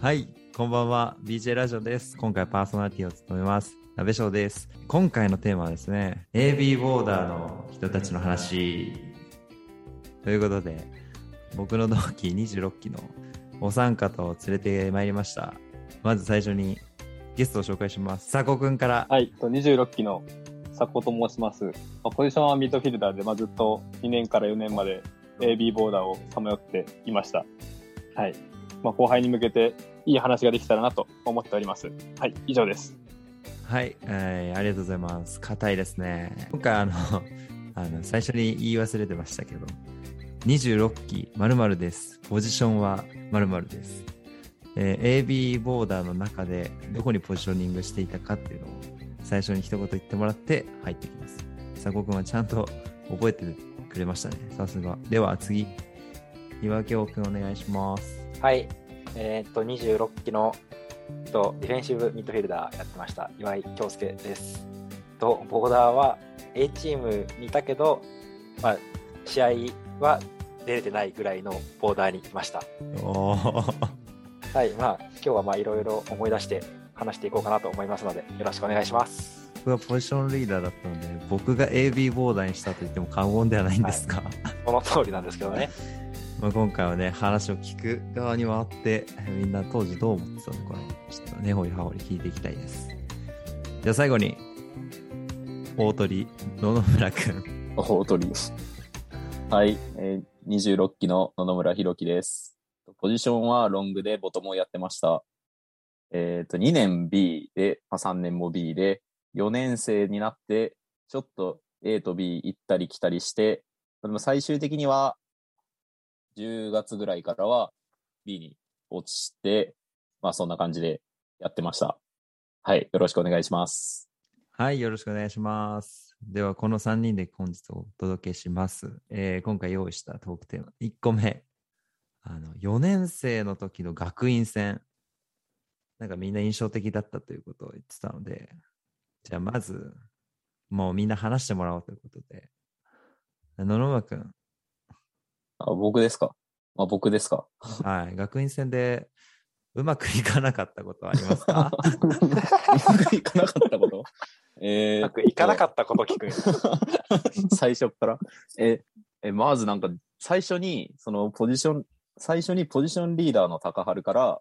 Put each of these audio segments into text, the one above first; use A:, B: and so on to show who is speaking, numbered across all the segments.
A: はい、こんばんは。BJ ラジオです。今回パーソナリティを務めます。鍋翔です。今回のテーマはですね、AB ボーダーの人たちの話。ということで、僕の同期26期のお三方を連れてまいりました。まず最初にゲストを紹介します。佐古くんから。
B: はい、と26期の佐古と申します。まあポジションはミッドフィルダーで、まあ、ずっと2年から4年まで AB ボーダーをさまよっていました。はい。まあ、後輩に向けていい話ができたらなと思っております。はい、以上です。
A: はい、えーありがとうございます。硬いですね。今回あの、 あの最初に言い忘れてましたけど、26期〇〇です。ポジションは〇〇です。えー AB ボーダーの中でどこにポジショニングしていたかっていうのを最初に一言言ってもらって入ってきます。佐古君はちゃんと覚えてくれましたね。さすが。では次、岩京君お願いします。
C: はい、えーっと26期のえっとディフェンシブミッドフィルダーやってました岩井京介です。とボーダーは A チームにいたけど、まあ、試合は出れてないぐらいのボーダーにいました。
A: おー
C: はい、まあ今日はまあいろいろ思い出して話していこうかなと思いますのでよろしくお願いします。
A: 僕がポジションリーダーだったので、僕が AB ボーダーにしたと言っても過言ではないんですが。
C: その通りなんですけどね。
A: まあ、今回はね話を聞く側に回ってみんな当時どう思ってたのかねちょっとねほりはほり聞いていきたいですじゃあ最後に大鳥野々村くん
D: 大鳥。はい、えー、26期の野々村弘樹です。ポジションはロングでボトムをやってました。えっ、と、2年 B で、まあ、3年も B で、4年生になって、ちょっと A と B 行ったり来たりして、でも最終的には、10月ぐらいからは B に落ちて、まあそんな感じでやってました。はい、よろしくお願いします。
A: はいよろしくお願いしますではこの3人で本日お届けします、えー今回用意したトークテーマ1個目あの4年生の時の学院戦なんかみんな印象的だったということを言ってたのでじゃあまずもうみんな話してもらおうということで野々村くん
D: あ僕ですかあ僕です か
A: はい、学院戦でうまくいかなかったことはあります か
D: うまくいかなかったことえ
C: う
D: ー
C: まくいかなかったこと聞く。
D: 最初っから。え、え、まずなんか、最初に、そのポジション、最初にポジションリーダーの高春から、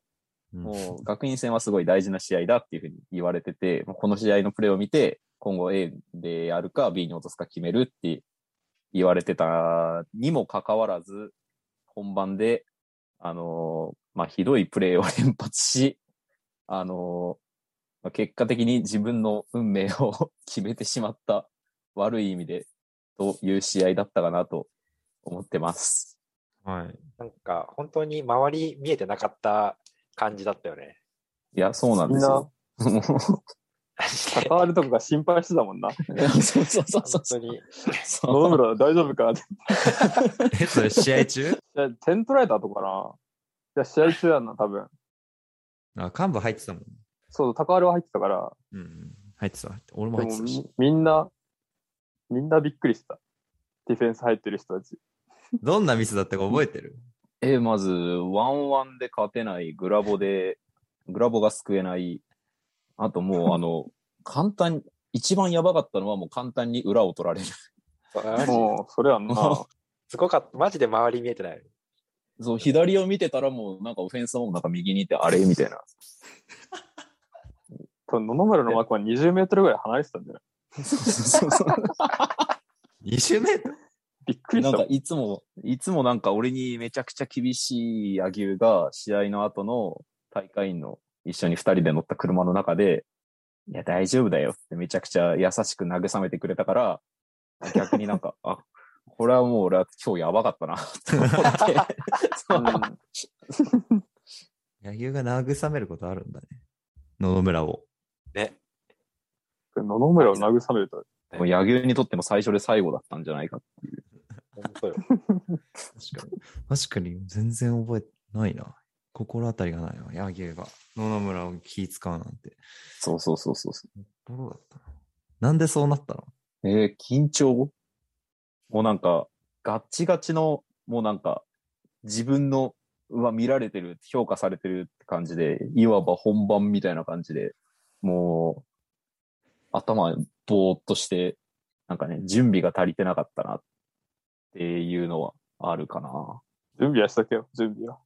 A: うん
D: もう学院戦はすごい大事な試合だっていうふうに言われてて、もうこの試合のプレーを見て、今後 A でやるか B に落とすか決めるって言われてたにもかかわらず、本番で、あのーまあ、ひどいプレーを連発し、あのーまあ、結果的に自分の運命を 決めてしまった悪い意味で、という試合だったかなと思ってます。
A: はい、
C: なんか本当に周り見えてなかった感じだった よね。
D: いや、そうなんですよ。もう
B: 関わるとこが心配してたもんな。
D: いや そうそうそうそ
C: 本
D: う
C: 当に
D: そう
B: 野々村大丈夫かって
A: えそれ試合中
B: いや点取られた後かな。いや、試合中やんな、多分。
A: あ幹部入ってたもん、
B: そう、高原は入ってたから、
A: うんうん、入ってた入ってた俺も
B: で
A: 入って
B: も
A: たし
B: みみんな、みんなびっくりした。ディフェンス入ってる人たち。
A: どんなミスだったか覚えてる
D: え、まず、ワンワンで勝てない、グラボで、グラボが救えない。あともう、あの、簡単に、一番やばかったのはもう簡単に裏を取られる。
C: そうマジ
B: もう、それやんな。
C: すごかった。マジで周り見えてない。
D: そう、左を見てたらもうなんかオフェンスもなんか右にいて、あれみたいな。
B: 多分野々村のマークは20メートルぐらい離れてたんじゃない
D: そうそうそうそう。
A: 20メートル
B: びっくり
D: な
B: した
D: んか
B: もん。
D: いつも、いつもなんか俺にめちゃくちゃ厳しい野球が試合の後の大会員の一緒に二人で乗った車の中で、いや大丈夫だよってめちゃくちゃ優しく慰めてくれたから、逆にな んか、あ、これはもう俺は今日やばかったなと思 って。そう
B: うん
A: 野球が慰めることあるんだね野々村を
B: 野々村を慰めると、
D: もう野球にとっても最初で最後だったんじゃないか。
C: 本当よ。
A: 確かに確かに全然覚えてないな心当たりがないな野球が野々村を気使うなんて
D: そうそうそうそうそ
A: ボロだったななんでそうなったの
D: う。えー緊張もうなんか、ガッチガチの、もうなんか、自分のまあ見られてる、評価されてるって感じで、いわば本番みたいな感じで、もう、頭ぼーっとして、なんかね、準備が足りてなかったなっていうのはあるかな。
B: 準備はしとけよ、準 備は。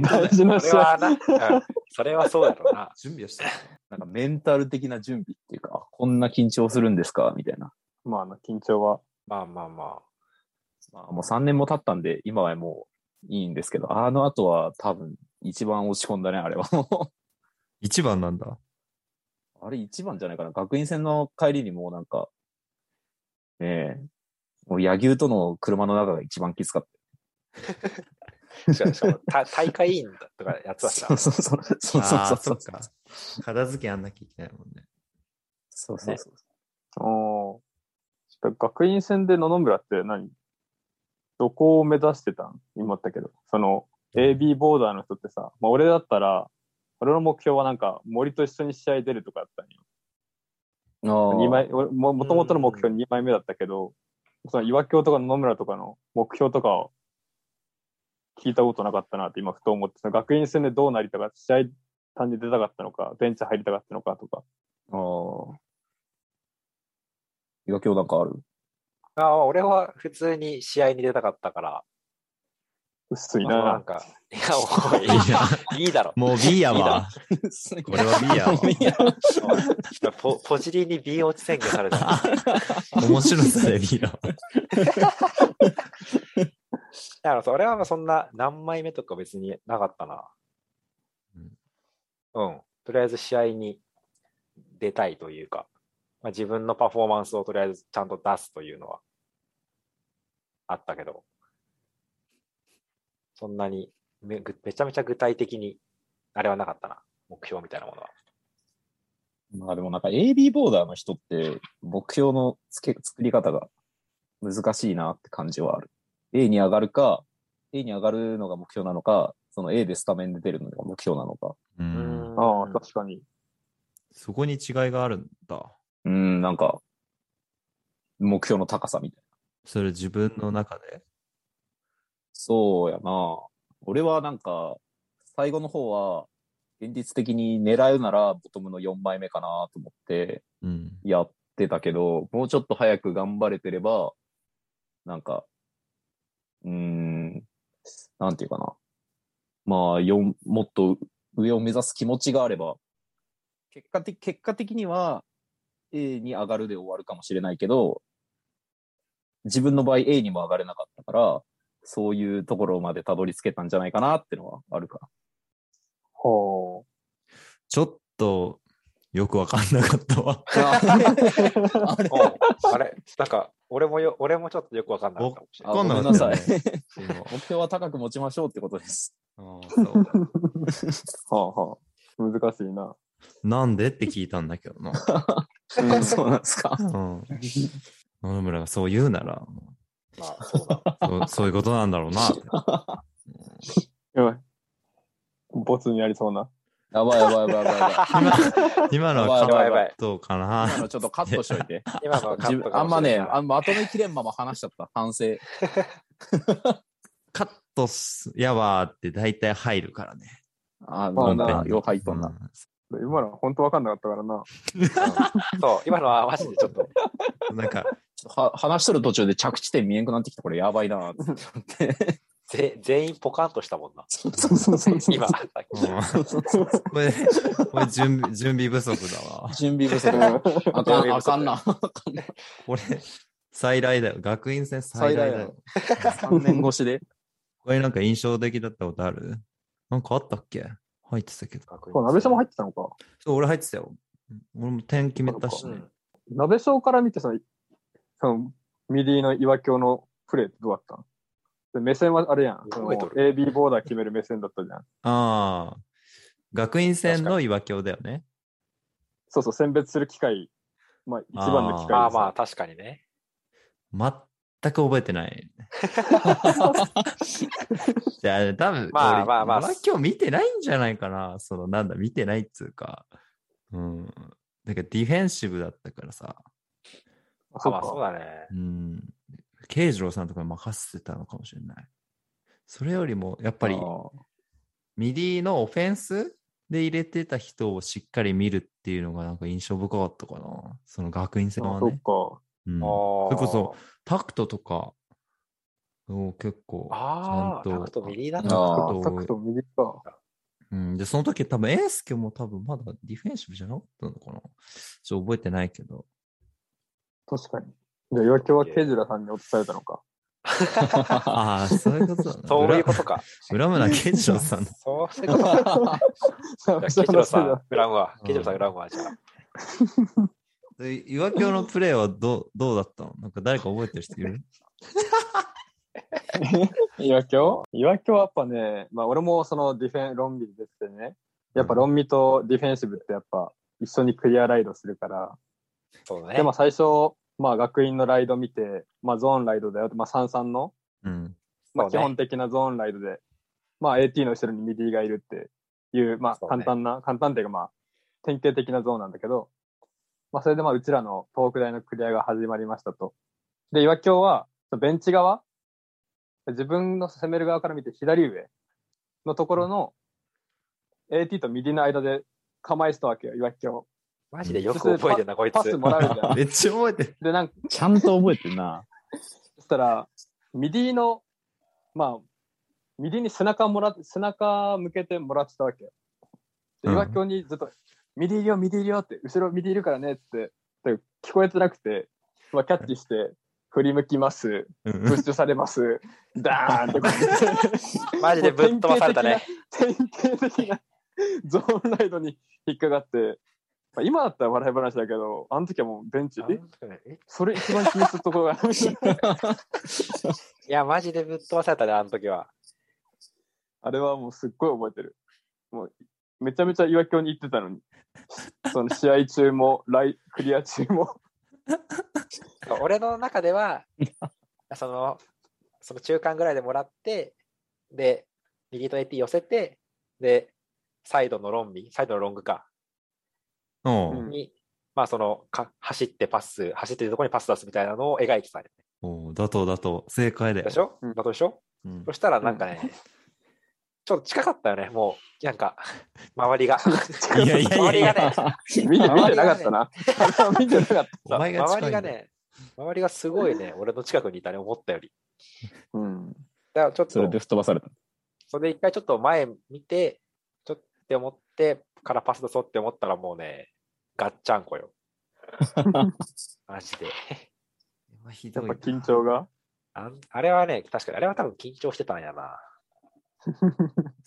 B: 大事な
C: そ
B: 試合。
C: れはな、うんそれはそうだろうな。
A: 準備をした。
D: なんかメンタル的な準備っていうか、あこんな緊張するんですかみたいな。
B: まああの、緊張は。
C: まあまあま
D: まあ、もう3年も経ったんで、今はもういいんですけど、あの後は多分一番落ち込んだね、あれは。
A: 一番なんだ。
D: あれ一番じゃないかな。学院戦の帰りにもうなんか、ねえ、もう野球との車の中が一番きつかっ
C: あ。 しかもしかもた大会委員だとかやって
D: た。
C: たしな。
D: そうそうそうそうそう
A: あー
D: そう。
A: っか。片付けやんなきゃいけないもんね。
D: そうそうそう。
B: おー学院戦で野々村って何どこを目指してたん今言ったけど。その、AB ボーダーの人ってさ、まあ俺だったら、俺の目標はなんか、森と一緒に試合出るとかだったんよ。
D: あー
B: 二枚、俺も、もともとの目標2枚目だったけど、その岩京とか野々村とかの目標とかを聞いたことなかったなって今ふと思って、その学院戦でどうなりたか、試合単に出たかったのか、ベンチ入りたかったのかとか。
D: あー。岩京なんか ある
C: ああ俺は普通に試合に出たかったから、
B: 薄い
C: まあなん
B: な。
C: か、いや、おいい
A: いや
C: いいだ ろ。
A: もう B や
D: いい
A: わ
D: だ。
A: これは B やわ。
C: ポポジリーに B 落ち宣言された。
A: 面白さで B やわ。
C: だからそれはまあそんな何枚目とか別になかったな。うん。とりあえず試合に出たいというか、まあ、自分のパフォーマンスをとりあえずちゃんと出すというのはあったけど、そんなにめぐめちゃめちゃ具体的にあれはなかったな。目標みたいなものは。
D: まあでもなんか AB ボーダーの人って目標のつけ作り方が難しいなって感じはある。A に上がるか、A に上がるのが目標なのか、その A でスタメンで出るのが目標なのか。
A: う。
C: うん
B: ああ、確かに。
A: そこに違いがあるんだ。
D: うん、なんか、目標の高さみたいな。
A: それ自分の中で。
D: そうやな俺はなんか、最後の方は、現実的に狙うならボトムの4枚目かなと思って、
A: うん。
D: やってたけど、もうちょっと早く頑張れてれば、なんか、うーん、なんていうかな。まあ、よん、もっと上を目指す気持ちがあれば、結果的、結果的には A に上がるで終わるかもしれないけど、自分の場合 A にも上がれなかったから、そういうところまでたどり着けたんじゃないかなってのはあるか
B: ほ
A: ちょっと、よくわかんなかったわ。
D: な。
C: うんあれなんか、俺もよ、俺もちょっとよくわかんなかったかもしれない
A: わかんな
D: ごめん
A: かっ
D: な
A: た
D: さ
A: よね
D: い。
A: 今
D: 目標は高く持ちましょうってことです。
B: う。はあはあ。難しいな。
A: なんでって聞いたんだけどな。
D: そうなんですか。
A: うん。野々村がそう言うなら、
C: まあ、そうだ。
A: そう そういうことなんだろうなって。
B: やばい。ボツになりそうな。
D: やばいやばいやばいやばいやばい。
A: 今の
D: やば
A: はい
D: やばい
A: カットか
D: 今
A: な。
D: のちょっとカットしとい て。
C: 今のはカ
D: 自
C: ット
D: 分
C: か
D: あん
C: も
D: ま
C: しれ
D: ね、
C: ない
D: あまとめきれんまま話しちゃった。反省。
A: カットすやわーって大体入るからね。
D: あ
B: ま
D: の
B: あ
A: 本
D: な、
A: 編に
D: よう入っとんな。
B: 今のは本当わかんなかったから な。
C: うんそう、今のはマジでちょっと、
A: うんなんか、
D: ちょっとは話しとる途中で着地点見えんくなってきた。これやばいなって思って。
C: ぜ全員ポカンとしたも んな。
D: そうそうそうそう
C: 今、さっ
A: う
C: き
A: んこれ、これ準備、 準備不足だわ。
D: 準備不足。あか ん、あかんな。
A: これ、再来だよ。学院戦再来だよ。
D: 3年越しで。
A: これなんか印象的だったことあるなんかあったっけ入ってたけど。
C: 確認
B: そう、鍋賞も入ってたのか。
A: そう、俺入ってたよ。俺も点決めたし
C: う
A: ね。
C: ん
B: 鍋賞から見てさ、その、ミディの岩京のプレーってどうだったので目線はあれやん。その
C: 覚えと
B: AB ボーダー決める目線だったじゃん。
A: ああ。学院戦の岩京だよね。
B: そうそう、選別する機会。まあ、一番の機
A: あ
B: 会で
C: まあ
B: す。
C: まあ、確かにね。
A: 全く覚えて ない。じゃあ、多分
C: まあ
A: 俺
C: まあまあ
A: 岩京見てないんじゃないかな。その、なんだ、見てないっつうか。うん。なんかディフェンシブだったからさ。
B: あ
C: あ
B: そう
C: まあ、そう
B: か。
C: だね
A: う。ん。慶次郎さんとかに任せてたのかもしれない。それよりも、やっぱり
D: あ、ー
A: ミディのオフェンスで入れてた人をしっかり見るっていうのが、なんか印象深かったかな。その学院戦は
B: そっ
A: ね。
B: か。
A: うん、
C: そ
A: それこそ、タクトとか、を結構、ちゃ
C: あ
A: ん
C: あ、
A: と。
C: タクトミリーだ
D: あ
C: な。
D: ー
B: タクト右か。
A: うん、で、その時多分エースケも多分まだディフェンシブじゃなかったのかなちょっと覚えてないけ ど。
B: 確かに。じゃあ、要求はケジュラさんに落とされたのか。
A: ああ、そういうことだな。
C: そういうことか。
A: 浦村健次郎さんだ。
C: そうそういうことか。じゃあケジロさ ん、グラムは
A: う、ん
C: ケジロさん、グラムは、じゃあ。
A: で岩京のプレーはどう どうだったのなんか誰か覚えてる人いる
B: 岩京岩京はやっぱね、まあ俺もそのディフェン、ロンビーですけどね、やっぱロンビとディフェンシブってやっぱ一緒にクリアライドするから、
C: そうだね
B: で。まあ最初、まあ学院のライド見て、まあゾーンライドだよって、まあ33の、
A: うん。
B: まあ
C: そ
B: 基
C: うね
B: 本的なゾーンライドで、まあ AT の後ろにミディがいるっていう、ま
C: そ
B: あ
C: うね
B: 簡単な、簡単っていうかまあ典型的なゾーンなんだけど、まあそれでまあうちらの東北大のクリアが始まりましたと。で、岩京はベンチ側、自分の攻める側から見て左上のところの AT とミディの間で構えしたわけよ、岩京。
C: マジでよく覚えてんな、こいつ。
B: パスもらうじゃん。
A: めっちゃ覚えてる。
B: で、なんか
D: ちゃんと覚えてる な。
B: そしたら、ミディの、まあ、ミディに背中もら背中向けてもらってたわけよ。で、
A: うん
B: 岩京にずっと、ミディいるよ、ミディいるよって、後ろミディいるからねって、で聞こえてなくて、まあ、キャッチして、振り向きます、
A: う
B: プ
A: ん
B: ッシュされます、ダーンってこうやって。
C: マジでぶっ飛ばされたね。
B: 典型的なゾーンライドに引っかかって、まあ、今だったら笑い話だけど、あの時はもうベンチ、え
C: え
B: それ一番気にするところが
C: いや、マジでぶっ飛ばされたね、あの時は。
B: あれはもうすっごい覚えてる。もうめちゃめちゃ岩京に行ってたのに、 その試合中も、ライクリア中も、
C: 俺の中 では、その、その中間ぐらいでもらって、で、右と AT 寄せて、で、サイドのロンビ、サイドのロングか、
A: おう
B: うん
C: に、まあそのか、走ってパス、走ってるところにパス出すみたいなのを描いてたね。
A: おう妥当妥当。正解だよ
C: でし。ょ
B: うん
C: だとでしょ
A: うん
C: そしたらなんかね、ちょっと近かったよね、もう、な んか、周りが。
A: いやいやいや
C: 周りがね、
B: 見て見てなかったな。あれ は見てなかった。
A: お前が近い
C: 周りがね、周りがすごいね、俺の近くにいたね、思ったより。
B: うん、
C: だからちょっと、
D: それで吹っ飛ばされた。
C: それで一回ちょっと前見て、ちょっとって思って、からパス出そうって思ったらもうね、ガッチャンコよ。マジで。
A: ひど
B: やっ
A: い
B: ぱ
A: な
B: 緊張が。
C: あんあれはね、確かに、あれは多分緊張してたんやな。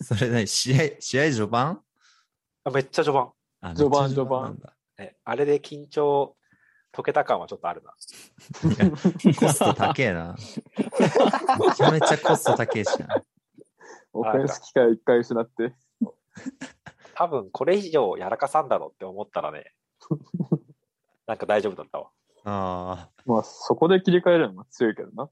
A: それ何試合、試合序盤
C: あめっちゃ序盤。
A: あ
B: 序盤
A: めっちゃなんだ
C: えあれで緊張解けた感はちょっとあるな。
A: いやコスト高えな。めちゃめちゃコスト高えしな。
B: オフェンス機会一回失って。
C: 多分これ以上やらかさんだろって思ったらね、なんか大丈夫だったわ。
A: ああ。
B: まあ、そこで切り替えるのが強いけどな。